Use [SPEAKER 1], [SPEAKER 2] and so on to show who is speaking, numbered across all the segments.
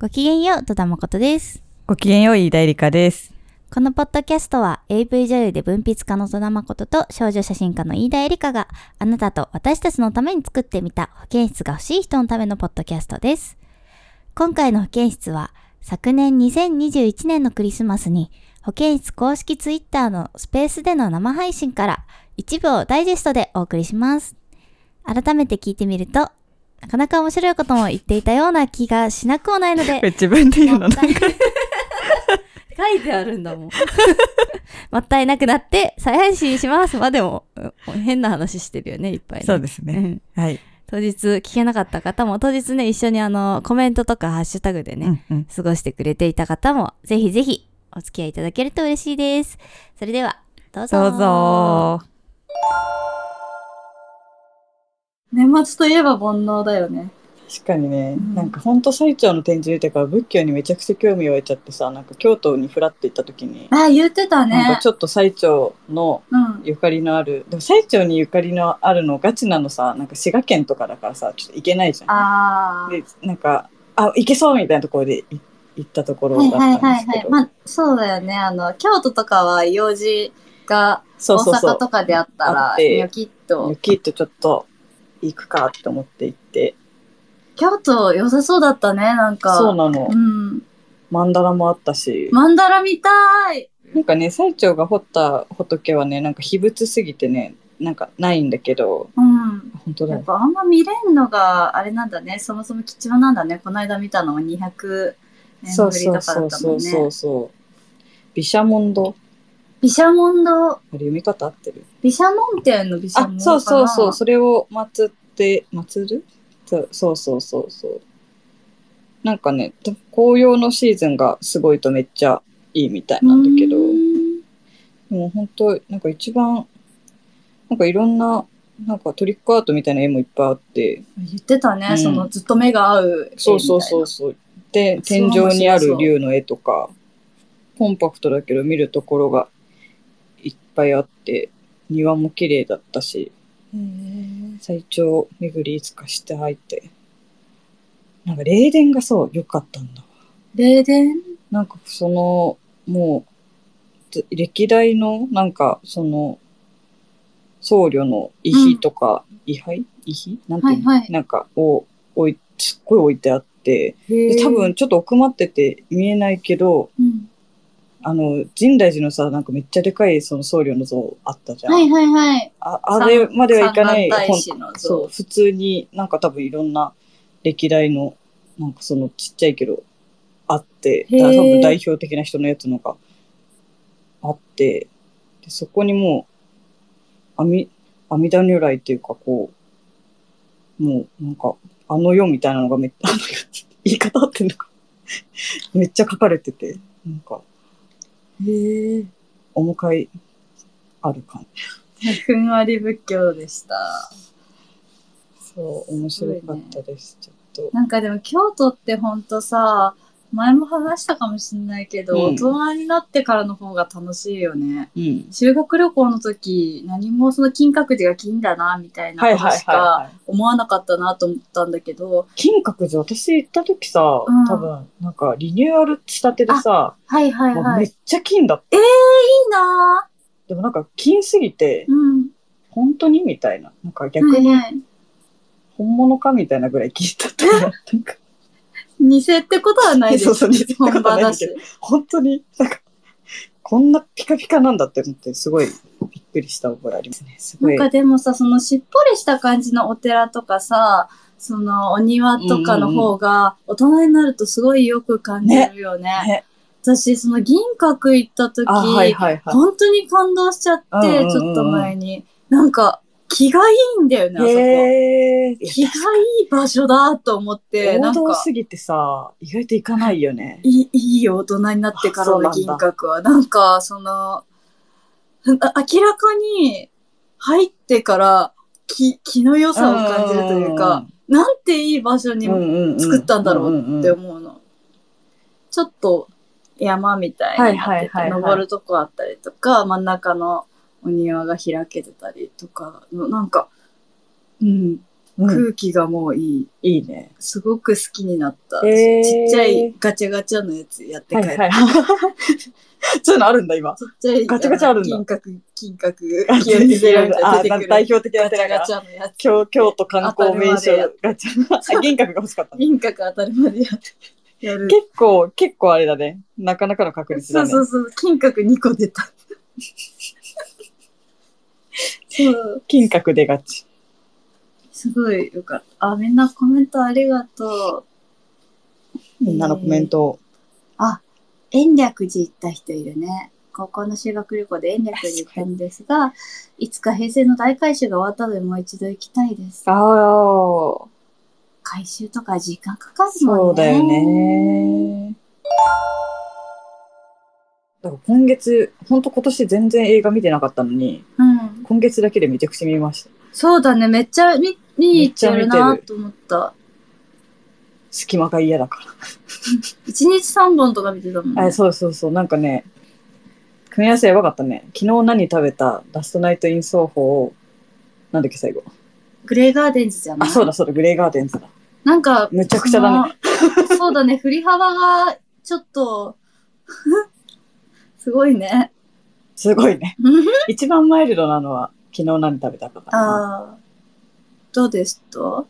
[SPEAKER 1] ごきげんよう、戸田誠です。
[SPEAKER 2] ごきげんよう、飯田理香です。
[SPEAKER 1] このポッドキャストは AV 女優で文筆家の戸田誠と少女写真家の飯田絵里香があなたと私たちのために作ってみた保健室が欲しい人のためのポッドキャストです。今回の保健室は昨年2021年のクリスマスに保健室公式ツイッターのスペースでの生配信から一部をダイジェストでお送りします。改めて聞いてみるとなかなか面白いことも言っていたような気がしなくもないので
[SPEAKER 2] これ自分で言うのなん か、
[SPEAKER 1] 書いてあるんだもん。もったいなくなって、再配信します。まあでも、うん変な話してるよね、いっぱい、ね。
[SPEAKER 2] そうです
[SPEAKER 1] う
[SPEAKER 2] ね。
[SPEAKER 1] ん
[SPEAKER 2] はい。
[SPEAKER 1] 当日聞けなかった方も、当日ね、一緒にあの、コメントとかハッシュタグでね、
[SPEAKER 2] うんうん。
[SPEAKER 1] 過ごしてくれていた方も、ぜひぜひお付き合いいただけると嬉しいです。それでは、どうぞ。
[SPEAKER 2] どう。ぞ。
[SPEAKER 3] 年末といえば煩悩だよね。
[SPEAKER 4] 確かにね、
[SPEAKER 3] うん
[SPEAKER 4] なんかほんと最長の展示というか仏教にめちゃくちゃ興味湧いちゃってさなんか京都にフラって行った時に、
[SPEAKER 3] ああ、言ってた
[SPEAKER 4] なん
[SPEAKER 3] ね
[SPEAKER 4] か。ちょっと最長の
[SPEAKER 3] うん。
[SPEAKER 4] ゆかりのあるでも最長にゆかりのあるのガチなのさなんか滋賀県とかだからさちょっと行けないじゃ
[SPEAKER 3] ああ
[SPEAKER 4] ん。。でなんかあ行けそうみたいなところでい行ったところ
[SPEAKER 3] はい
[SPEAKER 4] だ
[SPEAKER 3] はい
[SPEAKER 4] っ
[SPEAKER 3] は
[SPEAKER 4] た
[SPEAKER 3] い
[SPEAKER 4] んです
[SPEAKER 3] は
[SPEAKER 4] け
[SPEAKER 3] い。
[SPEAKER 4] ど、
[SPEAKER 3] まあ、そうだよね。あの、京都とかは用事が
[SPEAKER 4] そ
[SPEAKER 3] 大
[SPEAKER 4] うそうそ
[SPEAKER 3] 阪
[SPEAKER 4] う
[SPEAKER 3] とかであった
[SPEAKER 4] あ
[SPEAKER 3] ら
[SPEAKER 4] っ、て
[SPEAKER 3] ニョキッと。
[SPEAKER 4] 雪ってちょっと行くかって思って行って
[SPEAKER 3] 京都良さそうだったね、なんか。
[SPEAKER 4] そうなの、
[SPEAKER 3] うん。
[SPEAKER 4] マンダラもあったし、
[SPEAKER 3] マンダラ見たい
[SPEAKER 4] なんかね最長が掘った仏はねなんか秘仏すぎてねなんかないんだけど
[SPEAKER 3] うん。
[SPEAKER 4] 本当だ
[SPEAKER 3] やっ
[SPEAKER 4] よ
[SPEAKER 3] ぱあんま見れんのが、あれなんだね。そもそも貴重なんだね。この間見たのも200年
[SPEAKER 4] そう
[SPEAKER 3] ぶりと
[SPEAKER 4] そう
[SPEAKER 3] かだ
[SPEAKER 4] そ
[SPEAKER 3] っ
[SPEAKER 4] う
[SPEAKER 3] た
[SPEAKER 4] そ
[SPEAKER 3] もん
[SPEAKER 4] うそう
[SPEAKER 3] ね。
[SPEAKER 4] そう。毘沙門堂。
[SPEAKER 3] 毘沙門堂。
[SPEAKER 4] あれ読み方合ってる。
[SPEAKER 3] 毘沙門天の毘沙
[SPEAKER 4] あ
[SPEAKER 3] 門、かな
[SPEAKER 4] そうそうそう。それを祀って、祀るそうそうそうそうそう。なんかね、紅葉のシーズンがすごいとめっちゃいいみたいなんだけど、
[SPEAKER 3] うーん
[SPEAKER 4] もう本当なんか一番、なんかいろんな、なんかトリックアートみたいな絵もいっぱいあって、
[SPEAKER 3] 言ってたね、
[SPEAKER 4] うん
[SPEAKER 3] そのずっと目が合う絵みたいな。
[SPEAKER 4] そうそうそうそう。で、天井にある竜の絵とか、コンパクトだけど見るところがいっぱいあって、庭も綺麗だったし、最長巡りいつかして入って。なんか霊殿がそう、良かったんだわ。
[SPEAKER 3] 霊殿
[SPEAKER 4] なんかその、もう、ず歴代の、なんかその、僧侶の遺碑とか、遺灰遺碑なんていうの、
[SPEAKER 3] はいはい
[SPEAKER 4] なんかを置い、すっごい置いてあって、で多分、ちょっと奥まってて見えないけど
[SPEAKER 3] うん
[SPEAKER 4] あの深大寺のさなんかめっちゃでかいその僧侶の像あったじゃん、
[SPEAKER 3] はいはいはい。
[SPEAKER 4] ああれまではいかない
[SPEAKER 3] 三眼大
[SPEAKER 4] 本
[SPEAKER 3] 師の像
[SPEAKER 4] そう普通になんか多分いろんな歴代のなんかそのちっちゃいけどあって
[SPEAKER 3] へー
[SPEAKER 4] だから多分代表的な人のやつのがあってでそこにもう阿弥阿弥陀如来っていうかこうもうなんかあの世みたいなのがめっ あの世って言い方あってんのかめっちゃ書かれててなんか面会ある感じ。
[SPEAKER 3] ふんわり仏教でした。
[SPEAKER 4] そう、面白かったです。ちょっと。
[SPEAKER 3] なんかでも京都ってほんとさ、前も話したかもしんないけど、
[SPEAKER 4] うん
[SPEAKER 3] 大人になってからの方が楽しいよね。
[SPEAKER 4] うん。
[SPEAKER 3] 修学旅行の時、何もその金閣寺が金だな、みたい
[SPEAKER 4] は
[SPEAKER 3] ないこ
[SPEAKER 4] は
[SPEAKER 3] と
[SPEAKER 4] い
[SPEAKER 3] しか
[SPEAKER 4] はい、はい。
[SPEAKER 3] 思わなかったなと思ったんだけど、
[SPEAKER 4] 金閣寺、私行った時さ、
[SPEAKER 3] うん
[SPEAKER 4] 多分、なんかリニューアルしたてでさ、
[SPEAKER 3] はいはい
[SPEAKER 4] もう
[SPEAKER 3] はい。
[SPEAKER 4] め
[SPEAKER 3] いい
[SPEAKER 4] っちゃ金だった。
[SPEAKER 3] な
[SPEAKER 4] でもなんか金すぎて
[SPEAKER 3] ぁ。、うん。
[SPEAKER 4] 本当にみたいな。なんか逆
[SPEAKER 3] はい
[SPEAKER 4] に
[SPEAKER 3] はい
[SPEAKER 4] 本物かみたいなぐらい金だったから、なんか
[SPEAKER 3] 偽ってことはないです。
[SPEAKER 4] そうそう偽ってことはな
[SPEAKER 3] 本
[SPEAKER 4] い
[SPEAKER 3] 場だ
[SPEAKER 4] んだけ
[SPEAKER 3] し
[SPEAKER 4] ど。本当になんか、こんなピカピカなんだって思って、すごいびっくりした覚えありますね。すご
[SPEAKER 3] なん
[SPEAKER 4] い。
[SPEAKER 3] かでもさ、そのしっぽりした感じのお寺とかさ、そのお庭とかの方が、大人になるとすごいよく感じるよね。
[SPEAKER 4] ね
[SPEAKER 3] 私、その銀閣行った時、
[SPEAKER 4] あ、はいはいはい。
[SPEAKER 3] 本当に感動しちゃって、
[SPEAKER 4] うんうんうんうん
[SPEAKER 3] ちょっと前に。なんか、気がいいんだよね、あそこ。
[SPEAKER 4] へー
[SPEAKER 3] 気がいい場所だと思って、な
[SPEAKER 4] 王
[SPEAKER 3] ん
[SPEAKER 4] 道
[SPEAKER 3] か、
[SPEAKER 4] すぎてさ、意外と行かないよね。
[SPEAKER 3] いいいいよ、大人になってからの
[SPEAKER 4] あそう
[SPEAKER 3] 銀
[SPEAKER 4] なんだ
[SPEAKER 3] 閣は。なんか、その、あ明らかに入ってから気、気の良さを感じるというか、なんていい場所に
[SPEAKER 4] うんう
[SPEAKER 3] っ
[SPEAKER 4] んうん、
[SPEAKER 3] 作ったんだろ
[SPEAKER 4] う
[SPEAKER 3] て思うの。ちょっと山みたいになってて、
[SPEAKER 4] はいはいはいはい
[SPEAKER 3] 登るとこあったりとか、真ん中のお庭が開けてたりとかの、なんか、うん、
[SPEAKER 4] うん、
[SPEAKER 3] 空気がもういい。
[SPEAKER 4] いいね。
[SPEAKER 3] すごく好きになった。
[SPEAKER 4] へー
[SPEAKER 3] ちっちゃいガチャガチャのやつやって帰
[SPEAKER 4] は
[SPEAKER 3] った。
[SPEAKER 4] いはい。 そういうのあるんだ、今。
[SPEAKER 3] ちっちゃい
[SPEAKER 4] ガチャガチャあるんだ
[SPEAKER 3] 金閣、金閣、
[SPEAKER 4] あ
[SPEAKER 3] 清水寺みたいな出
[SPEAKER 4] あ
[SPEAKER 3] てく
[SPEAKER 4] 代
[SPEAKER 3] る。
[SPEAKER 4] 表的なや
[SPEAKER 3] ガチ
[SPEAKER 4] つ
[SPEAKER 3] ャ
[SPEAKER 4] だか
[SPEAKER 3] ガ
[SPEAKER 4] ら
[SPEAKER 3] チ。ャのやつ。
[SPEAKER 4] 京京都観光名
[SPEAKER 3] 当た
[SPEAKER 4] 所
[SPEAKER 3] るまでやっ
[SPEAKER 4] ガチャ。あ、幻覚が欲しかったね。
[SPEAKER 3] 輪郭当たるまでやる。やる。
[SPEAKER 4] 結構、結構あれだね。なかなかの確率
[SPEAKER 3] そ
[SPEAKER 4] だ
[SPEAKER 3] う
[SPEAKER 4] ね。
[SPEAKER 3] そうそう、金閣2個出た。そう、
[SPEAKER 4] 金閣でガチ。
[SPEAKER 3] すごいよかった。あ、みんなコメントありがとう。
[SPEAKER 4] みんなのコメントを。
[SPEAKER 3] 延暦寺行った人いるね。高校の修学旅行で延暦寺行ったんですが、いつか平成の大改修が終わったのでもう一度行きたいです。
[SPEAKER 4] ああ、
[SPEAKER 3] 改修とか時間かかるもんね。
[SPEAKER 4] そうだよ。ね。だから今月、ほんと今年全然映画見てなかったのに、
[SPEAKER 3] うん。
[SPEAKER 4] 今月だけでめちゃくちゃ見ました。
[SPEAKER 3] そうだね。めっちゃ見見に行ってるなと思った。
[SPEAKER 4] 隙間が嫌だか
[SPEAKER 3] 一日三本とか見てたもん、
[SPEAKER 4] ら。あそうそうそう、なんかね、組み合わせやばかったね。昨日何食べたラストナイトイン奏法を、なんだっけ最後。
[SPEAKER 3] グレーガーデンズじゃな
[SPEAKER 4] あ、
[SPEAKER 3] い
[SPEAKER 4] そうだそうだ、グレーガーデンズだ。
[SPEAKER 3] なんか、
[SPEAKER 4] むちゃくちゃだね
[SPEAKER 3] その。 そうだね、振り幅が、ちょっと、 すごい ね。
[SPEAKER 4] すごいね。 一番マイルドなのは、昨日何食べたかかな。
[SPEAKER 3] ああ。どうでした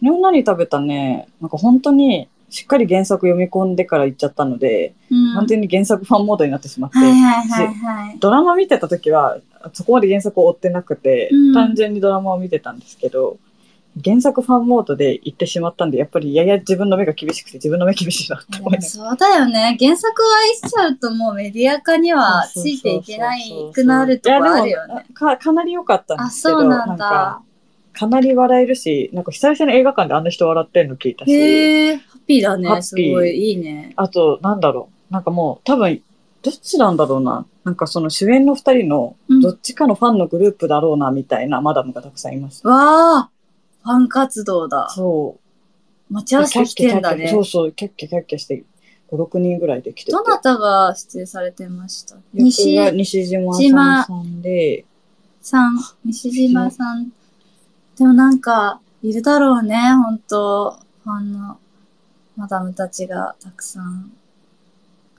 [SPEAKER 4] 昨日何食べたね、なんか本当に、しっかり原作読み込んでから行っちゃったので、
[SPEAKER 3] うん
[SPEAKER 4] 完全に原作ファンモードになってしまって、
[SPEAKER 3] はいはいはいはい。
[SPEAKER 4] ドラマ見てた時は、そこまで原作を追ってなくて、
[SPEAKER 3] うん
[SPEAKER 4] 単純にドラマを見てたんですけど、原作ファンモードで行ってしまったんで、やっぱりやや自分の目が厳しくて、自分の目厳しいなって思いま した。
[SPEAKER 3] そうだよね。原作を愛しちゃうともうメディア化にはついていけないくなるとこあるよ
[SPEAKER 4] いや
[SPEAKER 3] ね。
[SPEAKER 4] でもかかなり良かったん
[SPEAKER 3] あ、
[SPEAKER 4] ですけど
[SPEAKER 3] そうなん
[SPEAKER 4] か
[SPEAKER 3] だ。
[SPEAKER 4] かなり笑えるし、なんか久々に映画館であんな人笑ってるの聞いたし、
[SPEAKER 3] へえ、ハッピーだ
[SPEAKER 4] ハッピ
[SPEAKER 3] ね。
[SPEAKER 4] ー
[SPEAKER 3] すごい、いいね。
[SPEAKER 4] あと、なんだろう、なんかもう、多分、どっちなんだろうな。なんかその主演の二人の、
[SPEAKER 3] うん
[SPEAKER 4] どっちかのファンのグループだろうな、みたいなマダムがたくさんいました。
[SPEAKER 3] わあ、ファン活動だ。
[SPEAKER 4] そう。
[SPEAKER 3] 待ち合わせ来てんだね
[SPEAKER 4] そ。うそう、キャッキャキャッキャして、5、6人ぐらいで来てて。
[SPEAKER 3] どなたが出演されてました
[SPEAKER 4] 西
[SPEAKER 3] 西
[SPEAKER 4] 西島さんで、
[SPEAKER 3] さん、西島さん。でもなんか、いるだろうね、ほんと。ファンのマダムたちがたくさん。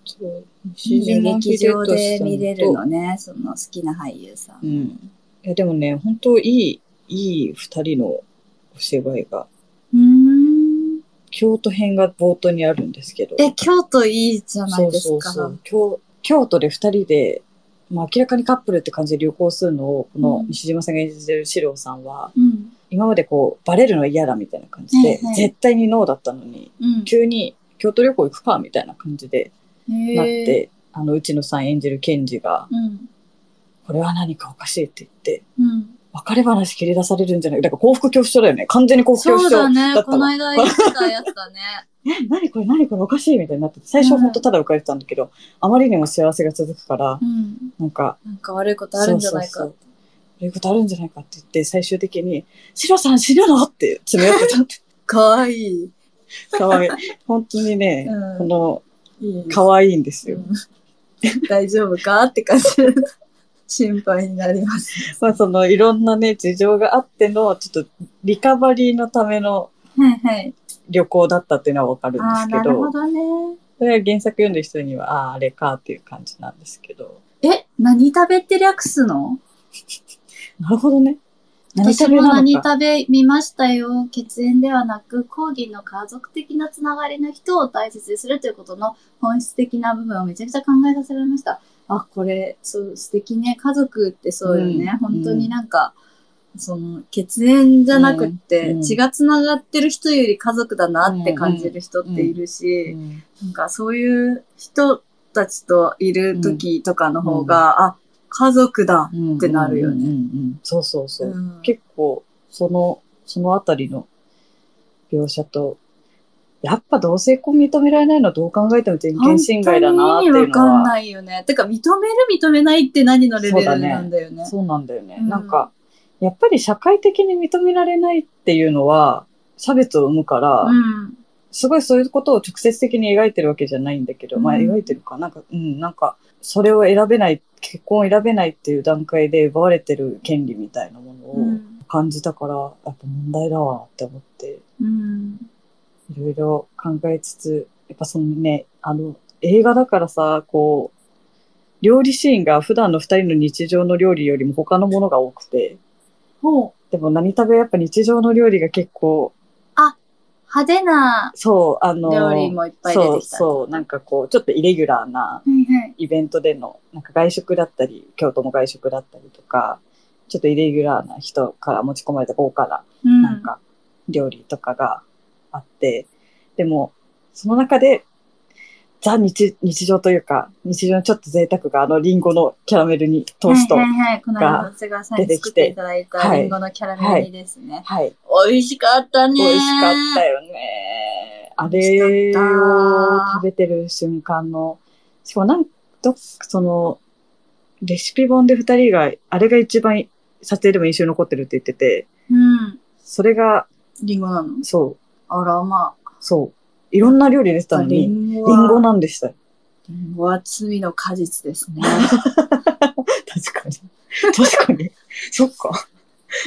[SPEAKER 4] そう西島
[SPEAKER 3] 劇
[SPEAKER 4] 秀
[SPEAKER 3] 場
[SPEAKER 4] 俊
[SPEAKER 3] で
[SPEAKER 4] さんと
[SPEAKER 3] 見れるのね、その好きな俳優さ。
[SPEAKER 4] うんん。いや、でもね、本当いい、いい二人のお芝居が、
[SPEAKER 3] うーん。
[SPEAKER 4] 京都編が冒頭にあるんですけど。
[SPEAKER 3] え、京都いいじゃな
[SPEAKER 4] そ
[SPEAKER 3] いうです
[SPEAKER 4] そう
[SPEAKER 3] か。
[SPEAKER 4] そう。京京都で二人で、まあ、明らかにカップルって感じで旅行するのを、この
[SPEAKER 3] うん
[SPEAKER 4] 西島さんが演じてる四郎さんは、
[SPEAKER 3] うん。
[SPEAKER 4] 今までこう、バレるの嫌だみたいな感じで、
[SPEAKER 3] はいはい
[SPEAKER 4] 絶対にノーだったのに、
[SPEAKER 3] うん。
[SPEAKER 4] 急に京都旅行行くかみたいな感じでなっ
[SPEAKER 3] へー。
[SPEAKER 4] て、あの、内野さん演じる検事が、
[SPEAKER 3] うん。
[SPEAKER 4] これは何かおかしいって言って、
[SPEAKER 3] うん。
[SPEAKER 4] 別れ話切り出されるんじゃないだから幸福恐怖症だよね。完全に幸福恐
[SPEAKER 3] そ
[SPEAKER 4] 怖
[SPEAKER 3] う
[SPEAKER 4] 症だ
[SPEAKER 3] だね。
[SPEAKER 4] った
[SPEAKER 3] この
[SPEAKER 4] わ。
[SPEAKER 3] 間言ってたやつだね。
[SPEAKER 4] え何これ何これおかしいみたいになってて、最初は本当ただ浮かれてたんだけど、あまりにも幸せが続くから、
[SPEAKER 3] うん。
[SPEAKER 4] なんか、
[SPEAKER 3] なんか悪いことあるんじゃないか
[SPEAKER 4] そうそう。そうそういうことあるんじゃないかって言って、最終的に、シロさん死ぬのって詰め寄ってたって。
[SPEAKER 3] かわいい。
[SPEAKER 4] かわいい。本当にね、
[SPEAKER 3] うん
[SPEAKER 4] この、
[SPEAKER 3] いい。
[SPEAKER 4] かわいいんですよ。
[SPEAKER 3] うん大丈夫かって感じ心配になります。
[SPEAKER 4] まあ、その、いろんなね、事情があっての、ちょっと、リカバリーのための
[SPEAKER 3] はいはい。
[SPEAKER 4] 旅行だったっていうのはわかるんですけど、
[SPEAKER 3] どね。
[SPEAKER 4] それは原作読んでる人には、ああー、あれかっていう感じなんですけど。
[SPEAKER 3] え、何食べって略すの
[SPEAKER 4] なるほどね。何
[SPEAKER 3] 私
[SPEAKER 4] 食べ
[SPEAKER 3] も
[SPEAKER 4] な
[SPEAKER 3] 何
[SPEAKER 4] のか。
[SPEAKER 3] 食べ見ましたよ。血縁ではなく、抗議の家族的なつながりの人を大切にするということの本質的な部分をめちゃくちゃ考えさせられました。あ、これ、そう、素敵ね。家族ってそうよね。
[SPEAKER 4] うん
[SPEAKER 3] 本当になんか、その、血縁じゃなくって、
[SPEAKER 4] うん
[SPEAKER 3] 血がつながってる人より家族だなって感じる人っているし、
[SPEAKER 4] うん
[SPEAKER 3] なんかそういう人たちといる時とかの方が、あ、家族だ。ってなるよね
[SPEAKER 4] うんうんうんそうそうそう。
[SPEAKER 3] うん
[SPEAKER 4] 結構、その、そのあたりの描写と、やっぱ同性婚認められないのはどう考えても人権侵害だなってい
[SPEAKER 3] 本当に意味わ
[SPEAKER 4] うの
[SPEAKER 3] かん
[SPEAKER 4] は。
[SPEAKER 3] ないよね。てか、認める認めないって何のレベルなんだよね。
[SPEAKER 4] そうなんだよね。
[SPEAKER 3] うん
[SPEAKER 4] なんか、やっぱり社会的に認められないっていうのは、差別を生むから、
[SPEAKER 3] うん。
[SPEAKER 4] すごいそういうことを直接的に描いてるわけじゃないんだけど、まあ
[SPEAKER 3] うん
[SPEAKER 4] 描いてるか、なんか、うん、なんか、それを選べない、結婚を選べないっていう段階で奪われてる権利みたいなものを、
[SPEAKER 3] うん
[SPEAKER 4] 感じたから、やっぱ問題だわって思って、
[SPEAKER 3] うん。
[SPEAKER 4] いろいろ考えつつ、やっぱそのね、あの、映画だからさ、こう、料理シーンが普段の二人の日常の料理よりも他のものが多くて、
[SPEAKER 3] ほう。
[SPEAKER 4] でも何食べやっぱ日常の料理が結構、
[SPEAKER 3] 派手な
[SPEAKER 4] そう、あの、
[SPEAKER 3] 料理もいっぱい出てきた。
[SPEAKER 4] そうそうなんかこうちょっとイレギュラーな
[SPEAKER 3] はいはい。
[SPEAKER 4] イベントでのなんか外食だったり京都の外食だったりとかちょっとイレギュラーな人から持ち込まれた豪華な
[SPEAKER 3] うん。
[SPEAKER 4] なんか料理とかがあって、でもその中でザ日日常というか日常のちょっと贅沢があのリンゴのキャラメルにトースト、
[SPEAKER 3] は
[SPEAKER 4] はいい
[SPEAKER 3] はいはい。この間私が最
[SPEAKER 4] 出
[SPEAKER 3] 後
[SPEAKER 4] て
[SPEAKER 3] 作
[SPEAKER 4] きて
[SPEAKER 3] っていただいた
[SPEAKER 4] はい
[SPEAKER 3] リンゴのキャラメル煮ですね。美味しかったね。
[SPEAKER 4] 美味しかった
[SPEAKER 3] よ。
[SPEAKER 4] よね。あれ
[SPEAKER 3] 美味しか
[SPEAKER 4] を
[SPEAKER 3] った
[SPEAKER 4] 食べてる瞬間の、しかもなんと、その、レシピ本で二人が、あれが一番撮影でも印象に残ってるって言ってて、
[SPEAKER 3] うん。
[SPEAKER 4] それが、
[SPEAKER 3] リンゴなの
[SPEAKER 4] そ
[SPEAKER 3] あら、ま
[SPEAKER 4] う、そう、いろんな料理出てた
[SPEAKER 3] あ。
[SPEAKER 4] の
[SPEAKER 3] リ
[SPEAKER 4] に、
[SPEAKER 3] ンゴ
[SPEAKER 4] リンゴ
[SPEAKER 3] は、
[SPEAKER 4] なんでしたよ。
[SPEAKER 3] リンゴは罪の果実ですね。
[SPEAKER 4] 確かに。確かに。そっか。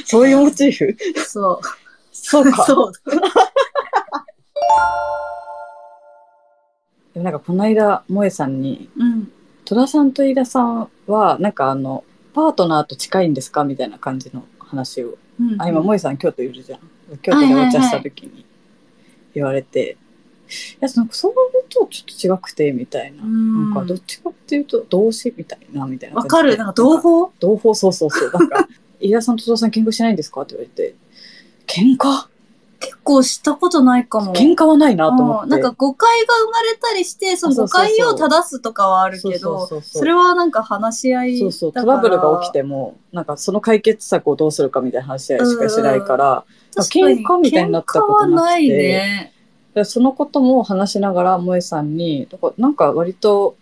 [SPEAKER 4] そういうモチーフ
[SPEAKER 3] そう。
[SPEAKER 4] そうか。
[SPEAKER 3] そう。
[SPEAKER 4] でもなんかこの間、萌えさんに、
[SPEAKER 3] うん。
[SPEAKER 4] 戸田さんと飯田さんはなんかあのパートナーと近いんですかみたいな感じの話を、
[SPEAKER 3] うん
[SPEAKER 4] あ今萌えさん京都いるじゃん京都でお茶した時に言われて、いやそのそういうとちょっと違くてみたいな,、
[SPEAKER 3] うん
[SPEAKER 4] なんかどっちかっていうと同志みたいなみたいな
[SPEAKER 3] わ
[SPEAKER 4] 感
[SPEAKER 3] かる
[SPEAKER 4] じ
[SPEAKER 3] なんか同胞
[SPEAKER 4] 同胞そうそうそうなん か飯田さんと戸田さん喧嘩しないんですかって言われて喧嘩
[SPEAKER 3] 結構したことないかも。
[SPEAKER 4] 喧嘩はないなと思っ
[SPEAKER 3] う
[SPEAKER 4] て、
[SPEAKER 3] んなんか誤解が生まれたりして、その誤解を正すとかはあるけ
[SPEAKER 4] そう
[SPEAKER 3] ど、
[SPEAKER 4] そうそうそう
[SPEAKER 3] それはなんか話し合いだか
[SPEAKER 4] そ
[SPEAKER 3] ら。
[SPEAKER 4] うそうトラブルが起きてもなんかその解決策をどうするかみたいな話し合いしかしないから,、
[SPEAKER 3] 確かに、
[SPEAKER 4] 喧嘩みたいになったことなくて
[SPEAKER 3] 喧嘩はないね。
[SPEAKER 4] そのことも話しながら萌えさんにだからなんか割と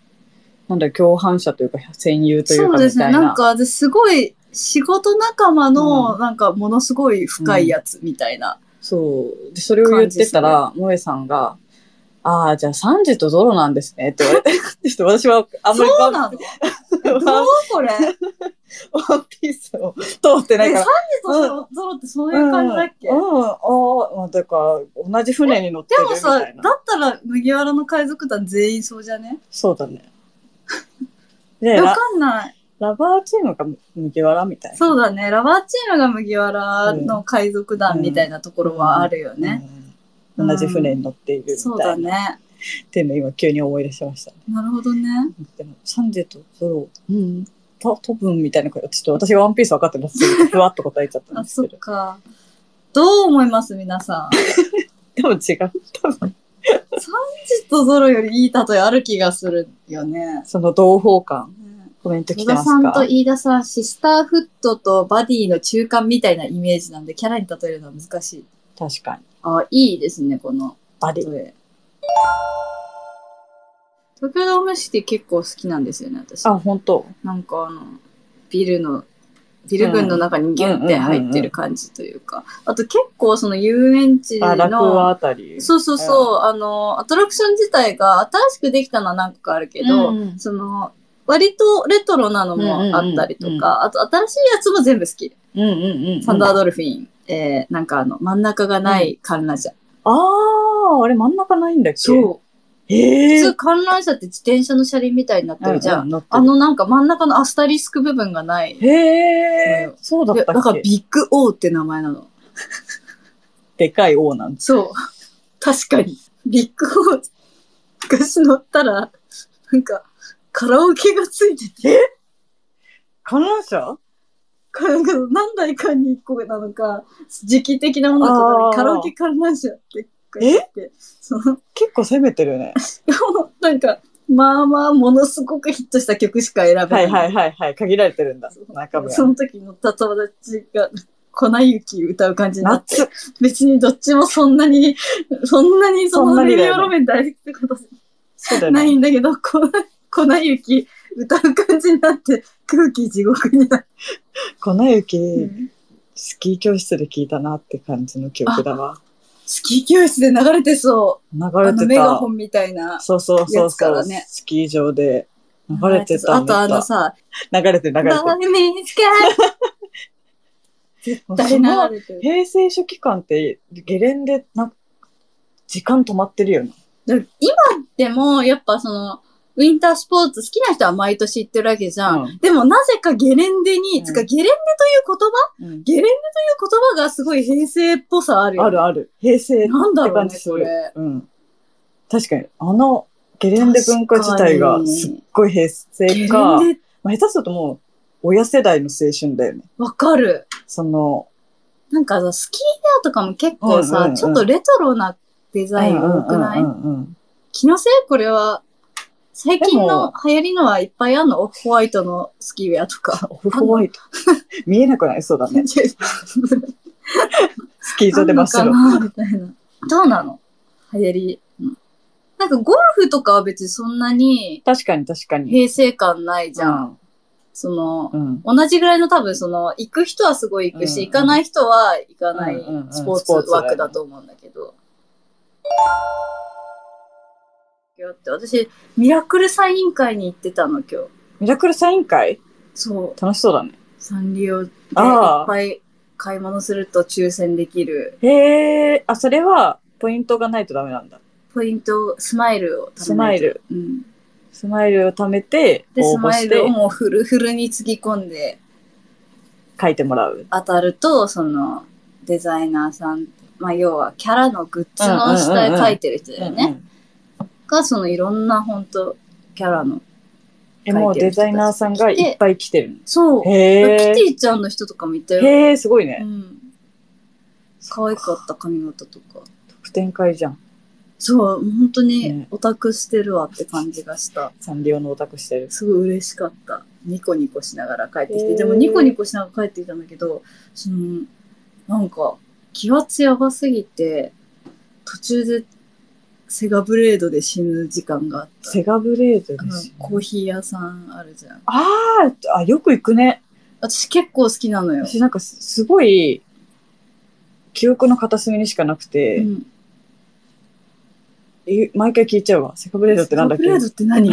[SPEAKER 4] なんだろう共犯者というか戦友とい
[SPEAKER 3] そうう
[SPEAKER 4] か
[SPEAKER 3] で
[SPEAKER 4] み
[SPEAKER 3] すね。
[SPEAKER 4] たいな
[SPEAKER 3] なんか、私すごい、仕事仲間の、
[SPEAKER 4] う
[SPEAKER 3] なんか、ものすごい深いやつみたいな。
[SPEAKER 4] そうでそれを言ってたら、萌えさんが「ああじゃあサンジとゾロなんですね」って言われて ちょっと私はあんまり
[SPEAKER 3] そう
[SPEAKER 4] ワ
[SPEAKER 3] な
[SPEAKER 4] ン
[SPEAKER 3] の
[SPEAKER 4] ワン
[SPEAKER 3] どうこ れ。え、
[SPEAKER 4] ワンピースを通って
[SPEAKER 3] サ
[SPEAKER 4] ない
[SPEAKER 3] ンジ
[SPEAKER 4] から。
[SPEAKER 3] とゾロゾロってそういう感じだっけ、
[SPEAKER 4] うん、うん、ああ、まあだから、同じ船に乗って
[SPEAKER 3] で
[SPEAKER 4] るみ
[SPEAKER 3] も
[SPEAKER 4] た
[SPEAKER 3] さ、
[SPEAKER 4] いな。
[SPEAKER 3] だったら麦わらの海賊団全員そうじゃね
[SPEAKER 4] そう だね。で、
[SPEAKER 3] わ
[SPEAKER 4] ラ
[SPEAKER 3] かんない。
[SPEAKER 4] ラバーチームが麦わらみたいな。
[SPEAKER 3] そうだね。ラバーチームが麦わらの海賊団みたいなところはあるよね。
[SPEAKER 4] うん同じ船に乗っているみたいな。
[SPEAKER 3] そうだね。
[SPEAKER 4] っていうのを今急に思い出しましたね。
[SPEAKER 3] なるほどね。
[SPEAKER 4] でも、サンジェとゾロ、うん、と、多分みたいな声、ちょっと私がワンピース分かってますふわっと答えちゃったん
[SPEAKER 3] あ、
[SPEAKER 4] です
[SPEAKER 3] そ
[SPEAKER 4] け
[SPEAKER 3] っ
[SPEAKER 4] ど。
[SPEAKER 3] か。どう思います皆さん。サン
[SPEAKER 4] でも違う。多分、
[SPEAKER 3] ジとゾロよりいい例えある気がするよね。
[SPEAKER 4] その同胞感、
[SPEAKER 3] ね
[SPEAKER 4] コメント来
[SPEAKER 3] 野
[SPEAKER 4] て
[SPEAKER 3] 田
[SPEAKER 4] ます
[SPEAKER 3] さんと
[SPEAKER 4] か
[SPEAKER 3] 飯田さん、シスターフットとバディの中間みたいなイメージなんで、キャラに例えるのは難しい。
[SPEAKER 4] 確かに。
[SPEAKER 3] あ、いいですね、この
[SPEAKER 4] バ
[SPEAKER 3] 例
[SPEAKER 4] ディ。
[SPEAKER 3] え。東京ドームシティ結構好きなんですよね、私。
[SPEAKER 4] あ、本当
[SPEAKER 3] なんかあの、ビルの、ビル群の中にギュって入ってる感じというか。あと結構その遊園地
[SPEAKER 4] あ、楽は
[SPEAKER 3] の、
[SPEAKER 4] あたり。
[SPEAKER 3] そうそうそう、あの、アトラクション自体が新しくできたのは何個かあるけど、
[SPEAKER 4] うん
[SPEAKER 3] その、割とレトロなのもあったりとか、
[SPEAKER 4] うんうんうんうん
[SPEAKER 3] あと新しいやつも全部好き。
[SPEAKER 4] うんうんうんうん。
[SPEAKER 3] サンダードルフィン、えー、なんかあの、真ん中がない観覧車。
[SPEAKER 4] あー、あれ真ん中ないんだっけ
[SPEAKER 3] そう。
[SPEAKER 4] え
[SPEAKER 3] 普
[SPEAKER 4] ー、
[SPEAKER 3] 通観覧車って自転車の車輪みたいになってるじゃん。
[SPEAKER 4] うんうんなってる
[SPEAKER 3] あのなんか真ん中のアスタリスク部分がない。
[SPEAKER 4] へえ、そうだっ
[SPEAKER 3] いや
[SPEAKER 4] た
[SPEAKER 3] だか
[SPEAKER 4] っ
[SPEAKER 3] ら
[SPEAKER 4] け
[SPEAKER 3] ビッグ O って名前なの。
[SPEAKER 4] でかい王なんです。
[SPEAKER 3] そう。確かに。ビッグ O 昔乗ったら、なんか、カラオケがついてて、
[SPEAKER 4] 観覧車
[SPEAKER 3] なんか何台かに1個なのか、時期的なものだと
[SPEAKER 4] あ
[SPEAKER 3] か
[SPEAKER 4] ー
[SPEAKER 3] カラオケ観覧車って書いてて、その、
[SPEAKER 4] 結構攻めてるね。
[SPEAKER 3] でもなんか、まあまあ、ものすごくヒットした曲しか選べな。
[SPEAKER 4] はいいはいはいはい。限られてるんだ
[SPEAKER 3] そう。
[SPEAKER 4] 中身
[SPEAKER 3] そ
[SPEAKER 4] は。
[SPEAKER 3] の時乗った友達が、粉雪歌う感じになって。
[SPEAKER 4] 夏。
[SPEAKER 3] 別にどっちもそんなに、 そんなにそ
[SPEAKER 4] そん
[SPEAKER 3] の
[SPEAKER 4] な
[SPEAKER 3] メ
[SPEAKER 4] にだ
[SPEAKER 3] ディ
[SPEAKER 4] よ
[SPEAKER 3] ア
[SPEAKER 4] ね
[SPEAKER 3] ロメン大好きってこと
[SPEAKER 4] そうだよ
[SPEAKER 3] な
[SPEAKER 4] ね。
[SPEAKER 3] いんだけど、粉、粉雪歌う感じになって空気地獄になって。
[SPEAKER 4] 粉雪、スキー教室で聞いたなって感じの記憶だわ。
[SPEAKER 3] スキー教室で流れてそ
[SPEAKER 4] 流
[SPEAKER 3] う。あ
[SPEAKER 4] れ
[SPEAKER 3] の
[SPEAKER 4] て
[SPEAKER 3] メガ
[SPEAKER 4] た
[SPEAKER 3] ホ。ンみたいな。
[SPEAKER 4] そうそうそう
[SPEAKER 3] やつか
[SPEAKER 4] そ
[SPEAKER 3] ら
[SPEAKER 4] う。
[SPEAKER 3] ね
[SPEAKER 4] スキー場で流れてた。
[SPEAKER 3] あとあのさ、
[SPEAKER 4] 見た流れてる流れて
[SPEAKER 3] ダ
[SPEAKER 4] る。
[SPEAKER 3] ーメンスカ
[SPEAKER 4] 絶
[SPEAKER 3] 誰流れて る。
[SPEAKER 4] 平成初期間ってゲレンデな時間止まってるよね。
[SPEAKER 3] だから今でも、やっぱその、ウィンタースポーツ好きな人は毎年行ってるわけじゃん。
[SPEAKER 4] うん
[SPEAKER 3] でもなぜかゲレンデに、
[SPEAKER 4] うん
[SPEAKER 3] つかゲレンデという言葉ゲレンデという言葉がすごい平成っぽさあるよ、ね。
[SPEAKER 4] あるある。平成って
[SPEAKER 3] なんだろう
[SPEAKER 4] 感
[SPEAKER 3] ね、
[SPEAKER 4] じす
[SPEAKER 3] そ
[SPEAKER 4] る。
[SPEAKER 3] れ。
[SPEAKER 4] うん、確かにあのゲレンデ文化自体がすっごい平
[SPEAKER 3] ゲレ
[SPEAKER 4] 成
[SPEAKER 3] ン
[SPEAKER 4] か
[SPEAKER 3] デ、
[SPEAKER 4] まあ、下手するともう親世代の青春だよね。
[SPEAKER 3] わかる。
[SPEAKER 4] その
[SPEAKER 3] なんかさ、スキー屋とかも結構さ、
[SPEAKER 4] うんうんうん
[SPEAKER 3] ちょっとレトロなデザインが多くない、
[SPEAKER 4] うんうんうんうん
[SPEAKER 3] 気のせいこれは、最近の流行りのはいっぱいあんのオフホワイトのスキーウェアと か。
[SPEAKER 4] オフホワイト。見えなくないそうだね。スキー場で真っ白。
[SPEAKER 3] あんのかなみたいな。どうなの流行り。うんなんかゴルフとかは別にそんなに
[SPEAKER 4] 確かに確かに。
[SPEAKER 3] 平成感ないじゃん。
[SPEAKER 4] ん。
[SPEAKER 3] その
[SPEAKER 4] う、ん。
[SPEAKER 3] 同じぐらいの多分その、行く人はすごい行くし、
[SPEAKER 4] うん
[SPEAKER 3] 行かない人は行かない
[SPEAKER 4] うんうんうん
[SPEAKER 3] スポーツ枠だと思うんだけど。今日って私、ミラクルサイン会に行ってたの今日。
[SPEAKER 4] ミラクルサイン会
[SPEAKER 3] そう。
[SPEAKER 4] 楽しそうだね。
[SPEAKER 3] サンリオでいっ
[SPEAKER 4] ああ
[SPEAKER 3] ぱい買い物すると抽選できる。
[SPEAKER 4] へえ。あ、それはポイントがないとダメなんだ。
[SPEAKER 3] ポイント、スマイルを貯
[SPEAKER 4] ス
[SPEAKER 3] め
[SPEAKER 4] マ
[SPEAKER 3] な
[SPEAKER 4] イ
[SPEAKER 3] いと。
[SPEAKER 4] ル。
[SPEAKER 3] うん。
[SPEAKER 4] スマイルを貯めて、
[SPEAKER 3] で、
[SPEAKER 4] 応
[SPEAKER 3] ス
[SPEAKER 4] 募
[SPEAKER 3] マ
[SPEAKER 4] し
[SPEAKER 3] イ
[SPEAKER 4] て
[SPEAKER 3] ルをもうフルフルにつぎ込んで
[SPEAKER 4] 書いてもらう。
[SPEAKER 3] 当たると、その、デザイナーさん、まあ、要はキャラのグッズの下
[SPEAKER 4] うんうんうんう
[SPEAKER 3] 絵
[SPEAKER 4] ん
[SPEAKER 3] 描いてる人だよね。
[SPEAKER 4] うんうん
[SPEAKER 3] が、そのいろんな本当キャラの。
[SPEAKER 4] え、もうデザイナーさんがいっぱい来てるの。
[SPEAKER 3] そう。キ
[SPEAKER 4] へ
[SPEAKER 3] ティちゃんの人とかもいた
[SPEAKER 4] え。
[SPEAKER 3] よ。
[SPEAKER 4] へえ、すごいね
[SPEAKER 3] う。ん。可愛かった髪型とか。
[SPEAKER 4] 特典会じゃん。
[SPEAKER 3] そう、本当に
[SPEAKER 4] ね
[SPEAKER 3] オタクしてるわって感じがした。
[SPEAKER 4] サンリオのオタクしてる。
[SPEAKER 3] すごい嬉しかった。ニコニコしながら帰ってき
[SPEAKER 4] へ
[SPEAKER 3] て。
[SPEAKER 4] ー
[SPEAKER 3] でもニコニコしながら帰ってきたんだけど、その、なんか、気圧やばすぎて、途中でセガブレードで死ぬ時間があった。
[SPEAKER 4] セガブレード
[SPEAKER 3] あ
[SPEAKER 4] で
[SPEAKER 3] の
[SPEAKER 4] すよ。
[SPEAKER 3] コーヒー屋さんあるじゃん。
[SPEAKER 4] あーあ、よく行くね。
[SPEAKER 3] 私結構好きなのよ。
[SPEAKER 4] 私なんかすすごい、記憶の片隅にしかなく
[SPEAKER 3] う
[SPEAKER 4] て、
[SPEAKER 3] ん
[SPEAKER 4] え毎回聞いちゃうわ。セカブレードってなんだっけ
[SPEAKER 3] セカブレードって 何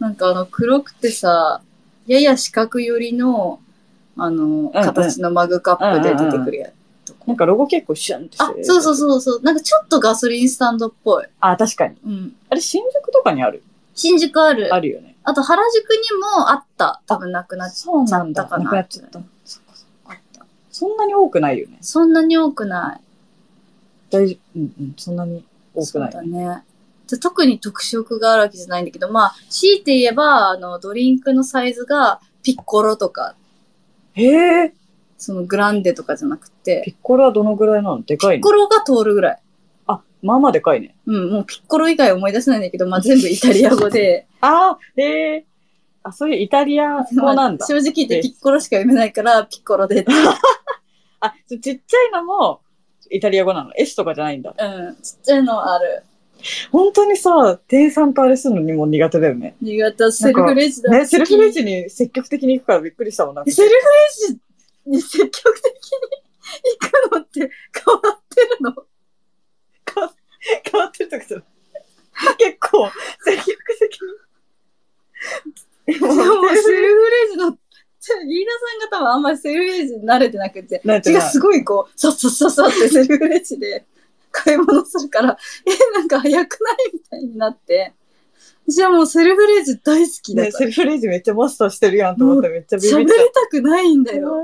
[SPEAKER 3] なんかあの黒くてさ、やや四角寄りの、あの、
[SPEAKER 4] うん
[SPEAKER 3] 形のマグカップで出てくるやつ。
[SPEAKER 4] なんかロゴ結構シュンってし
[SPEAKER 3] あ
[SPEAKER 4] て、る。
[SPEAKER 3] そうそうそうそう。なんかちょっとガソリンスタンドっぽい。
[SPEAKER 4] あ、確かに。
[SPEAKER 3] うん。
[SPEAKER 4] あれ、新宿とかにある
[SPEAKER 3] 新宿ある。
[SPEAKER 4] あ
[SPEAKER 3] あ
[SPEAKER 4] るよね。
[SPEAKER 3] と原宿にもあった。多分なくなっち
[SPEAKER 4] そう
[SPEAKER 3] ゃ
[SPEAKER 4] な
[SPEAKER 3] っ
[SPEAKER 4] ん
[SPEAKER 3] た
[SPEAKER 4] だ。
[SPEAKER 3] かな。
[SPEAKER 4] なくなっちゃった。そっかそっ
[SPEAKER 3] あ
[SPEAKER 4] か
[SPEAKER 3] った。
[SPEAKER 4] そんなに多くないよね。
[SPEAKER 3] そんなに多くない。
[SPEAKER 4] 大丈夫。うんうん。そんなに多くない。
[SPEAKER 3] そうだね。で特に特色があるわけじゃないんだけど、まあ、強いて言えば、あの、ドリンクのサイズがピッコロとか、
[SPEAKER 4] へえ。
[SPEAKER 3] そのグランデとかじゃなくて、
[SPEAKER 4] ピッコロはどのぐらいなのでかい
[SPEAKER 3] ピッ
[SPEAKER 4] の
[SPEAKER 3] コロが通るぐらい。
[SPEAKER 4] あ、まあまあでかいね。
[SPEAKER 3] うん、もうピッコロ以外思い出せないんだけど、ま あ、全部イタリア語で。
[SPEAKER 4] あー、へえ。あ、そういうイタリア語なん
[SPEAKER 3] まあ
[SPEAKER 4] だ。
[SPEAKER 3] 正直言って
[SPEAKER 4] で
[SPEAKER 3] ピッコロしか読めないから、ピッコロで って。
[SPEAKER 4] あ、ちちっちゃいのもイタリア語なの。S とかじゃないんだ。
[SPEAKER 3] うん、ちっちゃいのある。
[SPEAKER 4] 本当にさ、店員さんとあれするのにも苦手だよね。
[SPEAKER 3] 苦手、セルフレジだ。
[SPEAKER 4] ね、セルフレジに積極的に行くからびっくりしたもん なんか。
[SPEAKER 3] セルフレジに積極的に行くのって変わってるの
[SPEAKER 4] 変わってるとかさ、結構積極的に。
[SPEAKER 3] でも セルフレジの、じゃあリーナさんが多分あんまりセルフレジに慣れてなくて、
[SPEAKER 4] 慣れて
[SPEAKER 3] 私
[SPEAKER 4] ない
[SPEAKER 3] がすごいこう、さっさっさっさって セルフレジで買い物するから、え、なんか早くないみたいになって、私はもうセルフレジ大好きだ
[SPEAKER 4] ね、
[SPEAKER 3] か
[SPEAKER 4] セ
[SPEAKER 3] ら、
[SPEAKER 4] ルフレジめっちゃマスターしてるやんと思ってめっちゃビ
[SPEAKER 3] 喋
[SPEAKER 4] ビっ
[SPEAKER 3] り
[SPEAKER 4] ちゃった
[SPEAKER 3] くないんだ
[SPEAKER 4] た。へ
[SPEAKER 3] よ。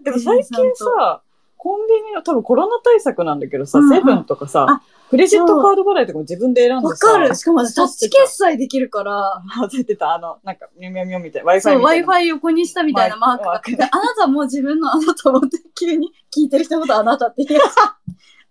[SPEAKER 4] ーでも最近さ、コンビニの多分コロナ対策なんだけどさ、
[SPEAKER 3] うんうん
[SPEAKER 4] セブンとかさ
[SPEAKER 3] あ、
[SPEAKER 4] クレジットカード払いとかも自分で選ん
[SPEAKER 3] わ
[SPEAKER 4] でさ、
[SPEAKER 3] かる。しかも私タッチ決済できるから、
[SPEAKER 4] 外れてた、あの、なんか、みょみょみょみたいな、Wi-Fi みた
[SPEAKER 3] そ、
[SPEAKER 4] いうな。
[SPEAKER 3] Wi-Fi 横にしたみたいなマークがあって、
[SPEAKER 4] マ
[SPEAKER 3] あなたもう自分のあなたもって急に聞いてる人のことあなたって言いま した。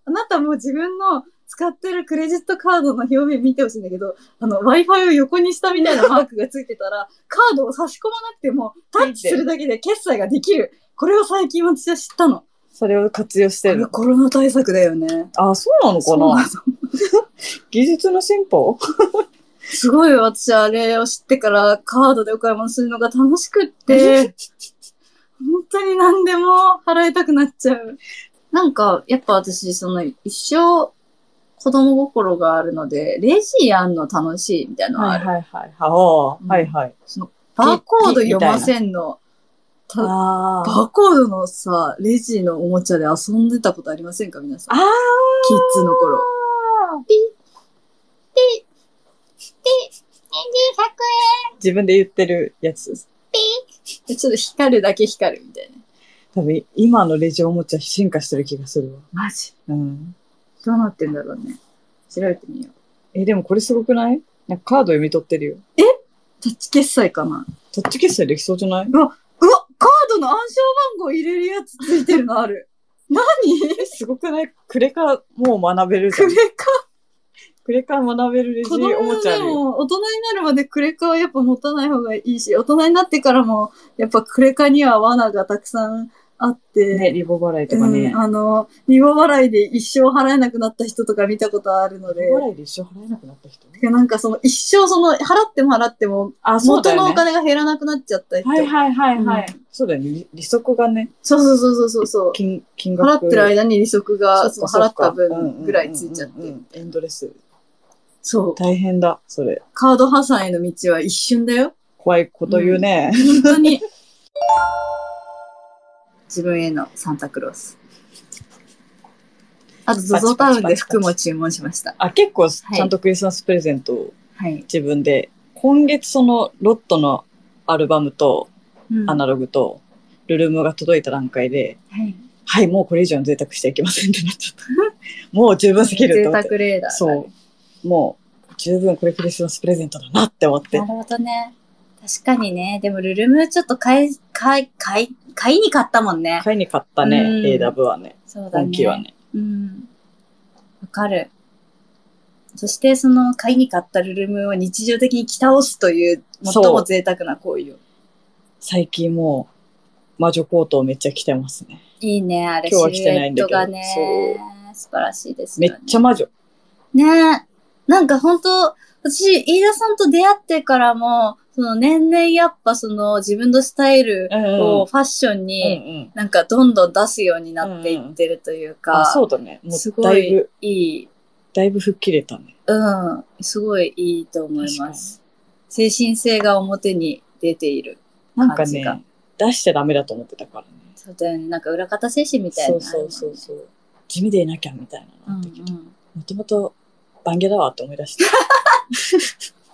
[SPEAKER 3] あなたもう自分の使ってるクレジットカードの表面見てほしいんだけど、あの、Wi-Fi を横にしたみたいなマークがついてたら、カードを差し込まなくても、タッチするだけで決済ができる。これを最近私は知ったの。
[SPEAKER 4] それを活用して
[SPEAKER 3] これ
[SPEAKER 4] る。
[SPEAKER 3] コロナ対策だよね。
[SPEAKER 4] あ、そうなのか
[SPEAKER 3] そうな
[SPEAKER 4] な
[SPEAKER 3] の
[SPEAKER 4] 技術の進歩
[SPEAKER 3] すごい私あれを知ってからカードでお買い物するのが楽しくって、本当に何でも払いたくなっちゃう。なんか、やっぱ私、その一生子供心があるので、レジやんの楽しいみたいなのはある。
[SPEAKER 4] はいはい。はおー
[SPEAKER 3] うん
[SPEAKER 4] はいはい。
[SPEAKER 3] そのバーコード読ませんのた
[SPEAKER 5] あー
[SPEAKER 3] バコードのさ、レジのおもちゃで遊んでたことありませんか皆さん。
[SPEAKER 5] あー
[SPEAKER 3] キッズの頃。
[SPEAKER 4] 自分で言ってるやつです。
[SPEAKER 3] でちょっと光るだけ光るみたい
[SPEAKER 4] 多分今のレジおもちゃ進化してる気がするわ。
[SPEAKER 3] な。マジ
[SPEAKER 4] うん。
[SPEAKER 3] どうなってんだろうね。調べてみよう。
[SPEAKER 4] え、でもこれすごくないなんかカード読み取ってるよ。
[SPEAKER 3] タッチ決済かな
[SPEAKER 4] タッチ決済できそうじゃないう
[SPEAKER 3] わカードの暗証番号入れるやつついてるのあ る。何
[SPEAKER 4] え、すごくないクレカもう学べるじゃ
[SPEAKER 3] クレ。
[SPEAKER 4] ん
[SPEAKER 3] カ。
[SPEAKER 4] クレカ学べるレジ
[SPEAKER 3] 子
[SPEAKER 4] お
[SPEAKER 3] 供
[SPEAKER 4] もちゃあ
[SPEAKER 3] で
[SPEAKER 4] るよ。
[SPEAKER 3] も大人になるまでクレカはやっぱ持たない方がいいし、大人になってからもやっぱクレカには罠がたくさんあって。
[SPEAKER 4] ね、リボ払いとか
[SPEAKER 3] う
[SPEAKER 4] ね。
[SPEAKER 3] ん、あの、リボ払いで一生払えなくなった人とか見たことあるので
[SPEAKER 4] リ、ボ払いで一生払えなくなった人
[SPEAKER 3] てかなんかその一生その払っても払っても
[SPEAKER 4] あ、そう
[SPEAKER 3] 元
[SPEAKER 4] だよ
[SPEAKER 3] のお
[SPEAKER 4] ね。
[SPEAKER 3] 金が減らなくなっちゃった人。
[SPEAKER 4] はいはいはいはい。
[SPEAKER 3] う
[SPEAKER 4] そうだよね。利利息がね、
[SPEAKER 3] そうそうそうそうそう。
[SPEAKER 4] 金金額
[SPEAKER 3] 払ってる間に利息がそ
[SPEAKER 4] そ
[SPEAKER 3] の
[SPEAKER 4] っか
[SPEAKER 3] 払
[SPEAKER 4] そ
[SPEAKER 3] っ
[SPEAKER 4] っか
[SPEAKER 3] た分ぐらいついちゃっ
[SPEAKER 4] うんうんう
[SPEAKER 3] て
[SPEAKER 4] ん。うんエンドレス。
[SPEAKER 3] そう。
[SPEAKER 4] 大変だ、それ。
[SPEAKER 3] カード破産への道は一瞬だよ。
[SPEAKER 4] 怖いこと言うね。
[SPEAKER 3] 本当に。 自分へのサンタクロース。あと、ゾゾタウンで服も注文しました。
[SPEAKER 4] あ、結構、ち
[SPEAKER 3] はい
[SPEAKER 4] ゃんとクリスマスプレゼントを
[SPEAKER 3] はい。
[SPEAKER 4] 自分で、今月そのロットのアルバムと
[SPEAKER 3] うん
[SPEAKER 4] アナログとルルムが届いた段階で、
[SPEAKER 3] はい。
[SPEAKER 4] はい、もうこれ以上の贅沢してはいけませんってなっ ちゃった。もう十分すぎる
[SPEAKER 3] 贅
[SPEAKER 4] と思
[SPEAKER 3] 沢
[SPEAKER 4] って。
[SPEAKER 3] レーダー。
[SPEAKER 4] そう。もう十分これクリスマスプレゼントだなって思って
[SPEAKER 3] なる。ほどね。確かにね。でも、ルルムちょっと買い、買い、買い、買いに買ったもんね。
[SPEAKER 4] 買いに買ったね、
[SPEAKER 3] うん
[SPEAKER 4] AW はね、
[SPEAKER 3] そうだね。
[SPEAKER 4] 今季はね。
[SPEAKER 3] うん。わかる。そして、その、買いに買ったルルムを日常的に着倒すという、最も贅沢な行為を。
[SPEAKER 4] 最近もう魔女コートをめっちゃ着てますね。
[SPEAKER 3] いいね、あれ、シ
[SPEAKER 4] 今日は
[SPEAKER 3] ル
[SPEAKER 4] 着てな
[SPEAKER 3] エ
[SPEAKER 4] いん
[SPEAKER 3] ッ
[SPEAKER 4] だ
[SPEAKER 3] ト
[SPEAKER 4] けど
[SPEAKER 3] がね。素晴らしいです
[SPEAKER 4] め
[SPEAKER 3] よね。
[SPEAKER 4] っちゃ魔女。
[SPEAKER 3] ねなんか本当私、飯田さんと出会ってからも、その年々やっぱその自分のスタイル
[SPEAKER 4] う
[SPEAKER 3] を
[SPEAKER 4] ん
[SPEAKER 3] ファッションに、
[SPEAKER 4] うん。
[SPEAKER 3] なんかどんどん出すようになっていってるというか、
[SPEAKER 4] あ、そうだね。も
[SPEAKER 3] す
[SPEAKER 4] う
[SPEAKER 3] ご
[SPEAKER 4] だい
[SPEAKER 3] い
[SPEAKER 4] ぶ、
[SPEAKER 3] いい、
[SPEAKER 4] だいぶ吹っ切れたね。
[SPEAKER 3] うん、すごいいいと思います。精神性が表に出ている。
[SPEAKER 4] なんか
[SPEAKER 3] 感じ
[SPEAKER 4] ね、出しちゃダメだと思ってたからね。
[SPEAKER 3] そうだよね。なんか裏方精神みたいな
[SPEAKER 4] そ
[SPEAKER 3] のある
[SPEAKER 4] う
[SPEAKER 3] も
[SPEAKER 4] そ
[SPEAKER 3] ん
[SPEAKER 4] う
[SPEAKER 3] ね。
[SPEAKER 4] そうそう。地味でいなきゃみたいなのあったけど、
[SPEAKER 3] ん。
[SPEAKER 4] もともとバンギャだわって思い出して。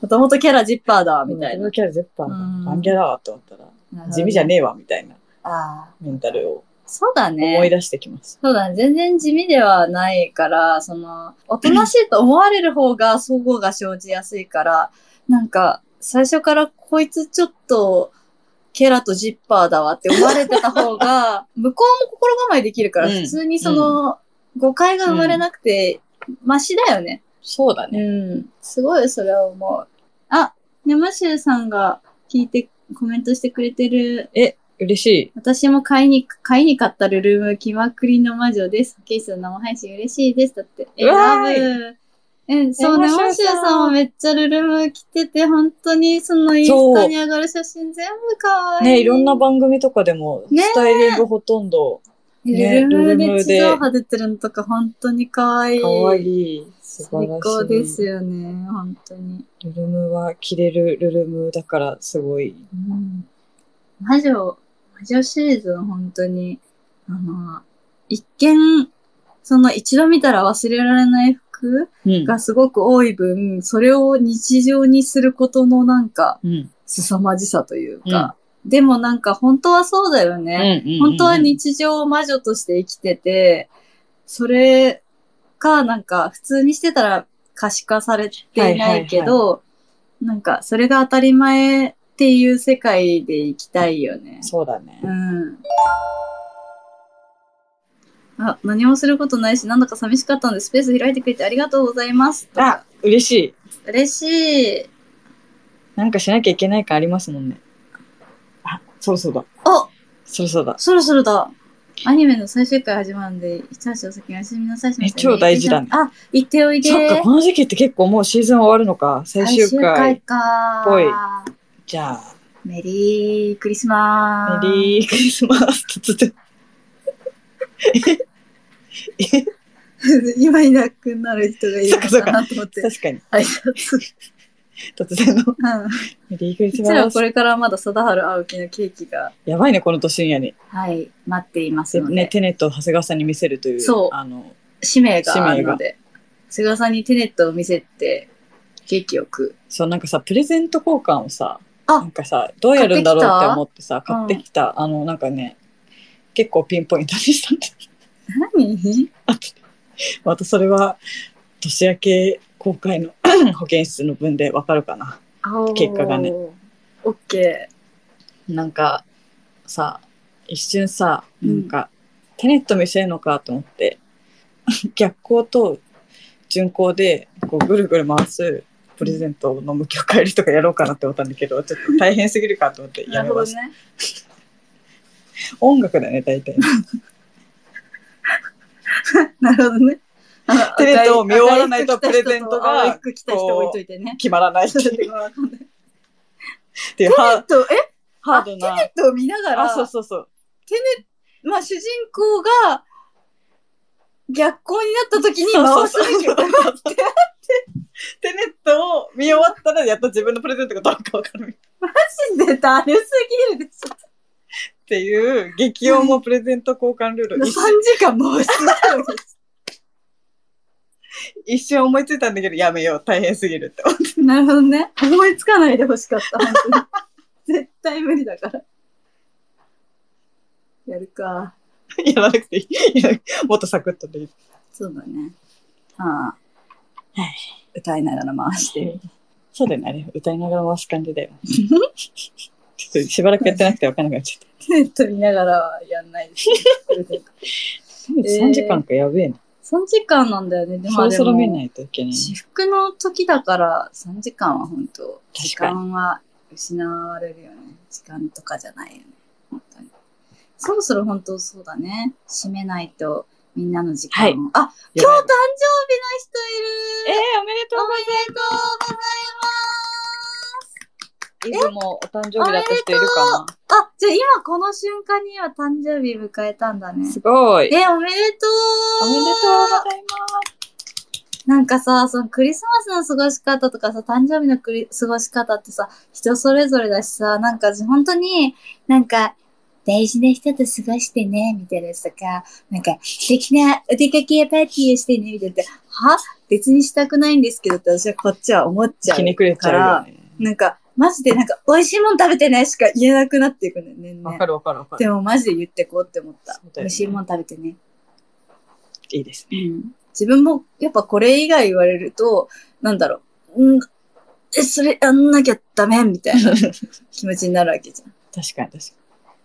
[SPEAKER 3] もともとキャラジッパーだ、 みたい
[SPEAKER 4] 自分
[SPEAKER 3] な
[SPEAKER 4] の。キャラ絶対バ
[SPEAKER 3] うん
[SPEAKER 4] ンギャだわって思ったら、地味じゃねえわみたいな
[SPEAKER 3] ああ。
[SPEAKER 4] メンタルを
[SPEAKER 3] そうだね。
[SPEAKER 4] 思い出してきました。
[SPEAKER 3] そうだね。全然地味ではないから、その、おとなしいと思われる方が相互が生じやすいから、なんか、最初からこいつちょっと、ケラとジッパーだわって思われてた方 が、向こうも心構えできるから、
[SPEAKER 4] うん
[SPEAKER 3] 普通にその、誤解が生まれなくて、マシだよね。
[SPEAKER 4] そうだ
[SPEAKER 3] う
[SPEAKER 4] ね。
[SPEAKER 3] ん。すごい、それは思う。あ、ねましゅうさんが聞いて、コメントしてくれてる
[SPEAKER 4] 嬉しい。
[SPEAKER 3] 私も買いに、買いに買ったルルーム気まくりの魔女です。ケイスの生配信嬉しいです。だって。え、
[SPEAKER 4] うわ
[SPEAKER 3] ラ
[SPEAKER 4] ーい
[SPEAKER 3] ブ。え、そう
[SPEAKER 4] え
[SPEAKER 3] ね、
[SPEAKER 4] マシューさん
[SPEAKER 3] マシューさんもめっちゃルルーム着てて、本当にそのインスタに上がる写真全部可愛い。
[SPEAKER 4] ね、いろんな番組とかでも、
[SPEAKER 3] ね
[SPEAKER 4] スタイリングほとんど、ね
[SPEAKER 3] ルルーム
[SPEAKER 4] ルルー
[SPEAKER 3] で
[SPEAKER 4] ム
[SPEAKER 3] 地
[SPEAKER 4] で
[SPEAKER 3] 上波出てるのとか本当に可愛い。
[SPEAKER 4] かわいい。素
[SPEAKER 3] 最
[SPEAKER 4] 晴らしい。
[SPEAKER 3] 高ですよね、本当に。
[SPEAKER 4] ルルムは着れるルルムだから、すごい。
[SPEAKER 3] 魔女、魔女シリーズは本当に、あの、一見、その一度見たら忘れられない服
[SPEAKER 4] うん
[SPEAKER 3] がすごく多い分、それを日常にすることのなんか、
[SPEAKER 4] うん。
[SPEAKER 3] 凄まじさというか、でもなんか本当はそうだよね。本当は日常を魔女として生きてて、それがなんか普通にしてたら可視化されていないけど、なんかそれが当たり前っていう世界で生きたいよね。
[SPEAKER 4] そうだね
[SPEAKER 3] う。ん。あ、何もすることないし、なんだか寂しかったので、スペース開いてくれてありがとうございます。
[SPEAKER 4] あ、嬉しい。
[SPEAKER 3] 嬉しい。
[SPEAKER 4] なんかしなきゃいけない感ありますもんね。あ、そろそろだ。
[SPEAKER 3] お
[SPEAKER 4] そろそろだ。
[SPEAKER 3] そろそろだ。アニメの最終回始まるんで、一足お先にお休みなさいしませ
[SPEAKER 4] え超大事だね
[SPEAKER 3] あ、行っておいで。
[SPEAKER 4] そっか、この時期って結構もうシーズン終わるのか。最終
[SPEAKER 3] 最終
[SPEAKER 4] 回
[SPEAKER 3] 回。か。
[SPEAKER 4] ぽいじゃ
[SPEAKER 3] メリークリスマ
[SPEAKER 4] あ、
[SPEAKER 3] ス。
[SPEAKER 4] メ リークリスマス突然。
[SPEAKER 3] 今いなくなる人がいるのかなと思って。
[SPEAKER 4] 確かに。
[SPEAKER 3] 挨拶。
[SPEAKER 4] 突然の。
[SPEAKER 3] うん。
[SPEAKER 4] メリークリ
[SPEAKER 3] う
[SPEAKER 4] ス
[SPEAKER 3] ちら
[SPEAKER 4] マ
[SPEAKER 3] はこ
[SPEAKER 4] ス。
[SPEAKER 3] れからまだ貞治青木のケーキが、
[SPEAKER 4] やばいね、この年やに。
[SPEAKER 3] はい、待っています
[SPEAKER 4] で
[SPEAKER 3] ので、
[SPEAKER 4] ね、テネットを長谷川さんに見せるという、
[SPEAKER 3] そう
[SPEAKER 4] あの、
[SPEAKER 3] 使命があるので、菅さんにテネットを見せて、ケーキを食う。
[SPEAKER 4] そう、なんかさ、プレゼント交換をさ、
[SPEAKER 3] あ
[SPEAKER 4] なんかさ、どうやるんだろうって思ってさ、買
[SPEAKER 3] 買っ
[SPEAKER 4] っ
[SPEAKER 3] てて
[SPEAKER 4] きた、あの、なんかね、結構ピンポイントにしたんだ。
[SPEAKER 3] 何
[SPEAKER 4] あと、またそれは、年明け公開の 保健室の分でわかるかな。結果がね。
[SPEAKER 3] オッケ
[SPEAKER 4] なんか、さ、一瞬さ、
[SPEAKER 3] う
[SPEAKER 4] なんんか、テネット見せるのかと思って、 逆光と順光で、こう、ぐるぐる回す、プレゼントの向きを変えるとかやろうかなって思ったんだけど、ちょっと大変すぎるかと思って
[SPEAKER 3] ー。
[SPEAKER 4] や
[SPEAKER 3] な
[SPEAKER 4] め
[SPEAKER 3] るほ
[SPEAKER 4] ま
[SPEAKER 3] ど
[SPEAKER 4] した。
[SPEAKER 3] ね。
[SPEAKER 4] 音楽だね、大体。
[SPEAKER 3] なるほどね。あの
[SPEAKER 4] テネットを見終わらないとプレゼントが
[SPEAKER 3] 赤い服着た人と青い服着た人置いといてね。
[SPEAKER 4] 決ま らないって
[SPEAKER 3] ちょっと
[SPEAKER 4] い
[SPEAKER 3] 待っ
[SPEAKER 4] う
[SPEAKER 3] てごめんテ
[SPEAKER 4] ってい
[SPEAKER 3] ネ
[SPEAKER 4] う ハ
[SPEAKER 3] ット、え
[SPEAKER 4] ハードな。
[SPEAKER 3] テネットを見ながら、
[SPEAKER 4] あ、そうそうそう。
[SPEAKER 3] まあ主人公が逆光になった時に回すべきだ
[SPEAKER 4] テネットを見終わったら、やっと自分のプレゼントがどうかわかる
[SPEAKER 3] マジでだるすぎるでしょ。
[SPEAKER 4] っていう、激音もプレゼント交換ルール、
[SPEAKER 3] 3
[SPEAKER 4] 一
[SPEAKER 3] 時間回し続ける
[SPEAKER 4] 一瞬思いついたんだけど、やめよう、大変すぎるって。
[SPEAKER 3] なるほどね。思いつかないでほしかった、本当 に。絶対無理だから。やるか。
[SPEAKER 4] やらなくていい。やらなくもっとサクッとでいい。
[SPEAKER 3] そうだね。ああ。
[SPEAKER 4] はい
[SPEAKER 3] 歌いながら回して。
[SPEAKER 4] そうだよね、あれ。歌いながら回す感じだよ。ちょっとしばらくやってなくて分からなくなっちゃっ
[SPEAKER 3] テネット見ながらはやんない です。
[SPEAKER 4] た。3時間かやべえな。
[SPEAKER 3] 3時間なんだよね。でも。
[SPEAKER 4] そろそろ見ないいといけない。
[SPEAKER 3] 私服の時だから3時間は本当
[SPEAKER 4] に
[SPEAKER 3] 時間は失われるよね。時間とかじゃないよね。本当に。そろそろ本当そうだね。締めないとみんなの時間を。
[SPEAKER 4] はい
[SPEAKER 3] あ、今日誕生日の
[SPEAKER 4] やばい
[SPEAKER 3] 人いる
[SPEAKER 4] えーおめでと
[SPEAKER 3] おめでとうございます
[SPEAKER 4] ういつもお誕生日だった人いるか
[SPEAKER 3] あ、じゃあ今この瞬間には誕生日迎えたんだね
[SPEAKER 4] な。すごい。
[SPEAKER 3] え、おめでとう
[SPEAKER 4] おめでとうございます。
[SPEAKER 3] なんかさ、そのクリスマスの過ごし方とかさ、誕生日のクリ過ごし方ってさ、人それぞれだしさ、なんか本当に、なんか、大事な人と過ごしてね、みたいなやつとか、なんか、素敵なお出かけやパーティーをしてね、みたいな。は別にしたくないんですけどって私はこっちは思っちゃう。
[SPEAKER 4] ひねくれちゃうよね。
[SPEAKER 3] なんか、マジでなんか、美味しいもん食べてないしか言えなくなっていくんだよね。年々
[SPEAKER 4] わかるわかるわかる。
[SPEAKER 3] でもマジで言ってこうって思った。
[SPEAKER 4] そうだよね
[SPEAKER 3] 美味しいもん食べてね。
[SPEAKER 4] いいですね。
[SPEAKER 3] 自分もやっぱこれ以外言われると、なんだろう、んえ、それやんなきゃダメみたいな 気持ちになるわけじゃん。
[SPEAKER 4] 確かに確かに。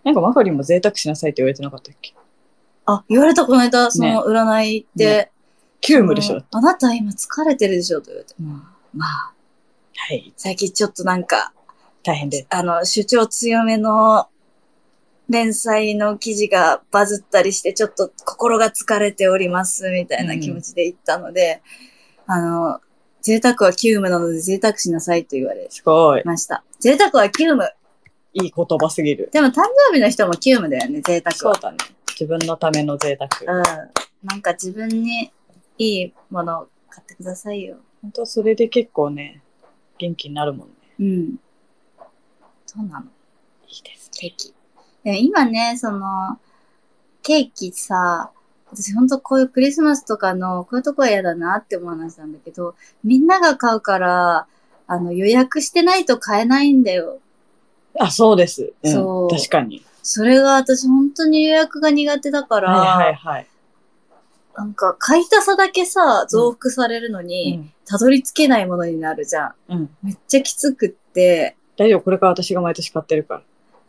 [SPEAKER 4] なんかマカリンも贅沢しなさいって言われてなかったっけ
[SPEAKER 3] あ、言われたこの間、その占いで、
[SPEAKER 4] ね急務でしょ、
[SPEAKER 3] あのあなた今疲れてるでしょと言われて。
[SPEAKER 4] うん
[SPEAKER 3] まあ、
[SPEAKER 4] はい。
[SPEAKER 3] 最近ちょっとなんか、
[SPEAKER 4] 大変で。
[SPEAKER 3] あの、主張強めの連載の記事がバズったりして、ちょっと心が疲れております、みたいな気持ちで言ったので、あの、贅沢は急務なので贅沢しなさいと言われ
[SPEAKER 4] すごい。
[SPEAKER 3] ました。贅沢は急務。
[SPEAKER 4] いい言葉すぎる。
[SPEAKER 3] でも誕生日の人も急務だよね、贅沢
[SPEAKER 4] そう
[SPEAKER 3] は。
[SPEAKER 4] だね。自分のための贅沢。
[SPEAKER 3] うん。なんか自分にいいものを買ってくださいよ。
[SPEAKER 4] 本当それで結構ね、元気になるもんね。
[SPEAKER 3] うん。そうなの。
[SPEAKER 4] いいです。
[SPEAKER 3] ケーキ。でも今ね、その、ケーキさ、私ほんとこういうクリスマスとかの、こういうとこは嫌だなって思う話なんだけど、みんなが買うから、あの、予約してないと買えないんだよ。
[SPEAKER 4] あ、そうです。うん、
[SPEAKER 3] そう
[SPEAKER 4] 確かに。
[SPEAKER 3] それが私本当に予約が苦手だから、
[SPEAKER 4] はいはいはい。
[SPEAKER 3] なんか買い足さだけさ、増幅されるのに、たどり着けないものになるじゃん。
[SPEAKER 4] うん。うん
[SPEAKER 3] めっちゃきつくって、
[SPEAKER 4] 大丈夫、これから私が毎年買ってるから。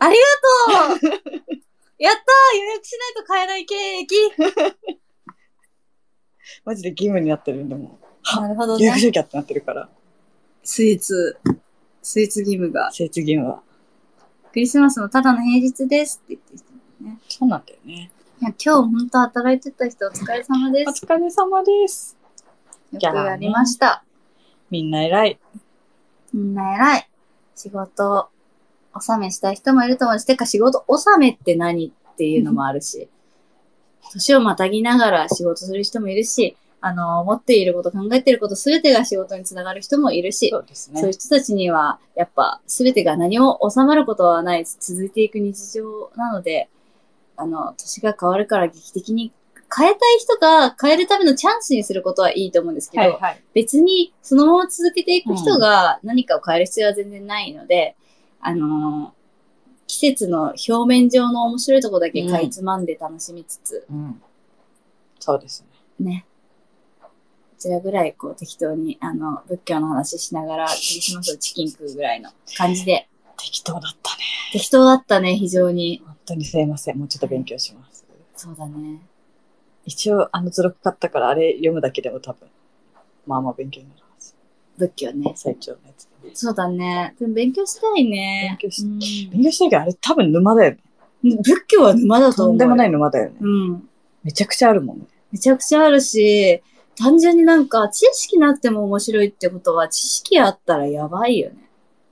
[SPEAKER 3] やったー予約しないと買えないケー キ
[SPEAKER 4] マジで義務になってるんで、も
[SPEAKER 3] なるほど
[SPEAKER 4] う。予約し
[SPEAKER 3] ね。
[SPEAKER 4] なきゃってなってるから。
[SPEAKER 3] スイーツ、スイーツ義務が。
[SPEAKER 4] 聖地義務は。
[SPEAKER 3] クリスマスもただの平日ですって言ってきたもんね。
[SPEAKER 4] そうなんだよね。
[SPEAKER 3] いや、今日本当働いてた人お疲れ様で
[SPEAKER 4] お
[SPEAKER 3] す。
[SPEAKER 4] 疲れ様です。
[SPEAKER 3] よくやりました。
[SPEAKER 4] みんな偉い。
[SPEAKER 3] みんな偉い。仕事を納めしたい人もいると思うし、てか仕事納めって何っていうのもあるし、年をまたぎながら仕事する人もいるし、あの、持っていること、考えていること、すべてが仕事につながる人もいるし、
[SPEAKER 4] そうです
[SPEAKER 3] そういう人たちには、やっぱ、すべてが何も収まることはない、続いていく日常なので、あの、年が変わるから劇的に変えたい人が変えるためのチャンスにすることはいいと思うんですけど、
[SPEAKER 4] はいはい。
[SPEAKER 3] 別にそのまま続けていく人が何かを変える必要は全然ないので、あのー季節の表面上の面白いとこだけかいつまんで楽しみつつ、
[SPEAKER 4] うん。そうですね。
[SPEAKER 3] ね。こちらぐらいこう適当にあの仏教の話しながらクリスマスをチキン食うぐらいの感じで、
[SPEAKER 4] 適当だったね。
[SPEAKER 3] 適当だったね、非常に。
[SPEAKER 4] 本当にすいません。もうちょっと勉強します。
[SPEAKER 3] そうだね。
[SPEAKER 4] 一応、あの図録買ったから、あれ読むだけでも多分、まあまあ勉強になります。
[SPEAKER 3] 仏教ね。
[SPEAKER 4] 最長のやつ。
[SPEAKER 3] そうだね。でも勉強したいね。
[SPEAKER 4] 勉強し
[SPEAKER 3] うん
[SPEAKER 4] 勉強しなきゃあれ多分沼だよね。
[SPEAKER 3] 仏教は沼だと
[SPEAKER 4] と
[SPEAKER 3] 思う。。
[SPEAKER 4] んでもないい沼だよね。
[SPEAKER 3] うん。
[SPEAKER 4] めちゃくちゃあるもんね。
[SPEAKER 3] めちゃくちゃあるし、単純になんか知識なくても面白いってことは知識あったらやばいよね。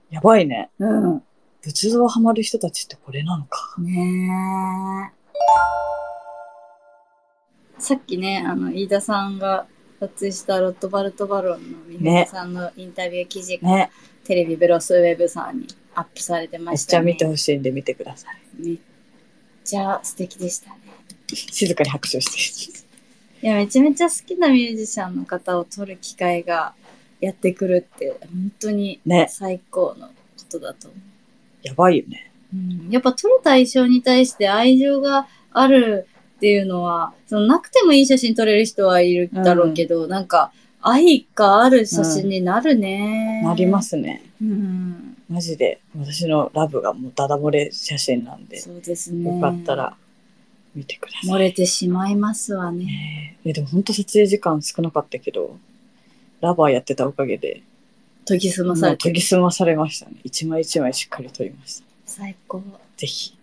[SPEAKER 4] やばいね。
[SPEAKER 3] うん。
[SPEAKER 4] 仏像ハマる人たちってこれなのか。
[SPEAKER 3] ねえ。さっきね、あの、飯田さんが撮影したロットバルトバロンのみふみさんのインタビュー記事が、
[SPEAKER 4] ね。
[SPEAKER 3] テレビブロスウェブさんにアップされてま
[SPEAKER 4] めっ
[SPEAKER 3] し
[SPEAKER 4] ち
[SPEAKER 3] た、
[SPEAKER 4] ゃ
[SPEAKER 3] ね。
[SPEAKER 4] 見てほしいんで見てください。
[SPEAKER 3] めっちゃ素敵でしたね。
[SPEAKER 4] 静かに拍手をして。
[SPEAKER 3] いや、めちゃめちゃ好きなミュージシャンの方を撮る機会がやってくるって、本当に
[SPEAKER 4] ね。
[SPEAKER 3] 最高のことだと思う。
[SPEAKER 4] やばいよね。
[SPEAKER 3] うん、やっぱ撮る対象に対して愛情があるっていうのは、そのなくてもいい写真撮れる人はいるだろうけど、なんか愛がある写真になるね。。
[SPEAKER 4] なりますすね。
[SPEAKER 3] うん。
[SPEAKER 4] マジで。私のラブがもうダダ漏れ写真なんで、
[SPEAKER 3] そうですね。
[SPEAKER 4] よかった。ら見てくださ
[SPEAKER 3] 漏
[SPEAKER 4] い。
[SPEAKER 3] れてしまいますわね。
[SPEAKER 4] ねえでも本当撮影時間少なかったけど、ラバーやってたおかげで、
[SPEAKER 3] 研ぎ澄
[SPEAKER 4] も
[SPEAKER 3] まされ
[SPEAKER 4] う
[SPEAKER 3] て
[SPEAKER 4] 研
[SPEAKER 3] る。
[SPEAKER 4] ぎ澄まされましたね。一枚一枚しっかり撮りました。
[SPEAKER 3] 最高。
[SPEAKER 4] ぜひ。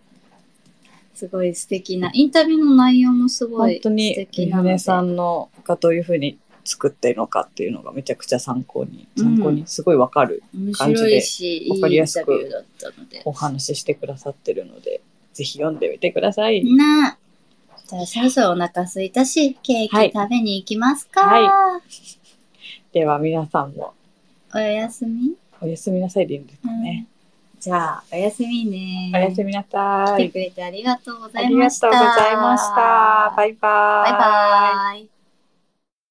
[SPEAKER 3] すごい素敵な。インタビューの内容もすご
[SPEAKER 4] 本
[SPEAKER 3] い素
[SPEAKER 4] 当に
[SPEAKER 3] 敵
[SPEAKER 4] み
[SPEAKER 3] なの
[SPEAKER 4] ふ
[SPEAKER 3] で。
[SPEAKER 4] ねさんのがどういうふうに作ってるのかっていうのがめちゃくちゃ参考に参考にすごいわかる
[SPEAKER 3] 面
[SPEAKER 4] 感じで
[SPEAKER 3] 白いし、いいイ
[SPEAKER 4] わ
[SPEAKER 3] ン
[SPEAKER 4] か
[SPEAKER 3] タ
[SPEAKER 4] り
[SPEAKER 3] ビ
[SPEAKER 4] やすく
[SPEAKER 3] ューだったので。
[SPEAKER 4] お話ししてくださってるので、ぜひ読んでみてください。
[SPEAKER 3] なあ。じゃあ、そろそろお腹空いたし、ケー
[SPEAKER 4] はい
[SPEAKER 3] キ食べに行きますか。
[SPEAKER 4] はでは皆さんも
[SPEAKER 3] おやすみ。
[SPEAKER 4] おやすみなさいでいいんですかね。
[SPEAKER 3] じゃあ、おやすみね。
[SPEAKER 4] おやすみなさ
[SPEAKER 3] 来て
[SPEAKER 4] い。
[SPEAKER 3] くれてありがとうござ
[SPEAKER 4] あ
[SPEAKER 3] い
[SPEAKER 4] りが
[SPEAKER 3] まし
[SPEAKER 4] と
[SPEAKER 3] た。
[SPEAKER 4] うございました。バイバ
[SPEAKER 3] バイバイ。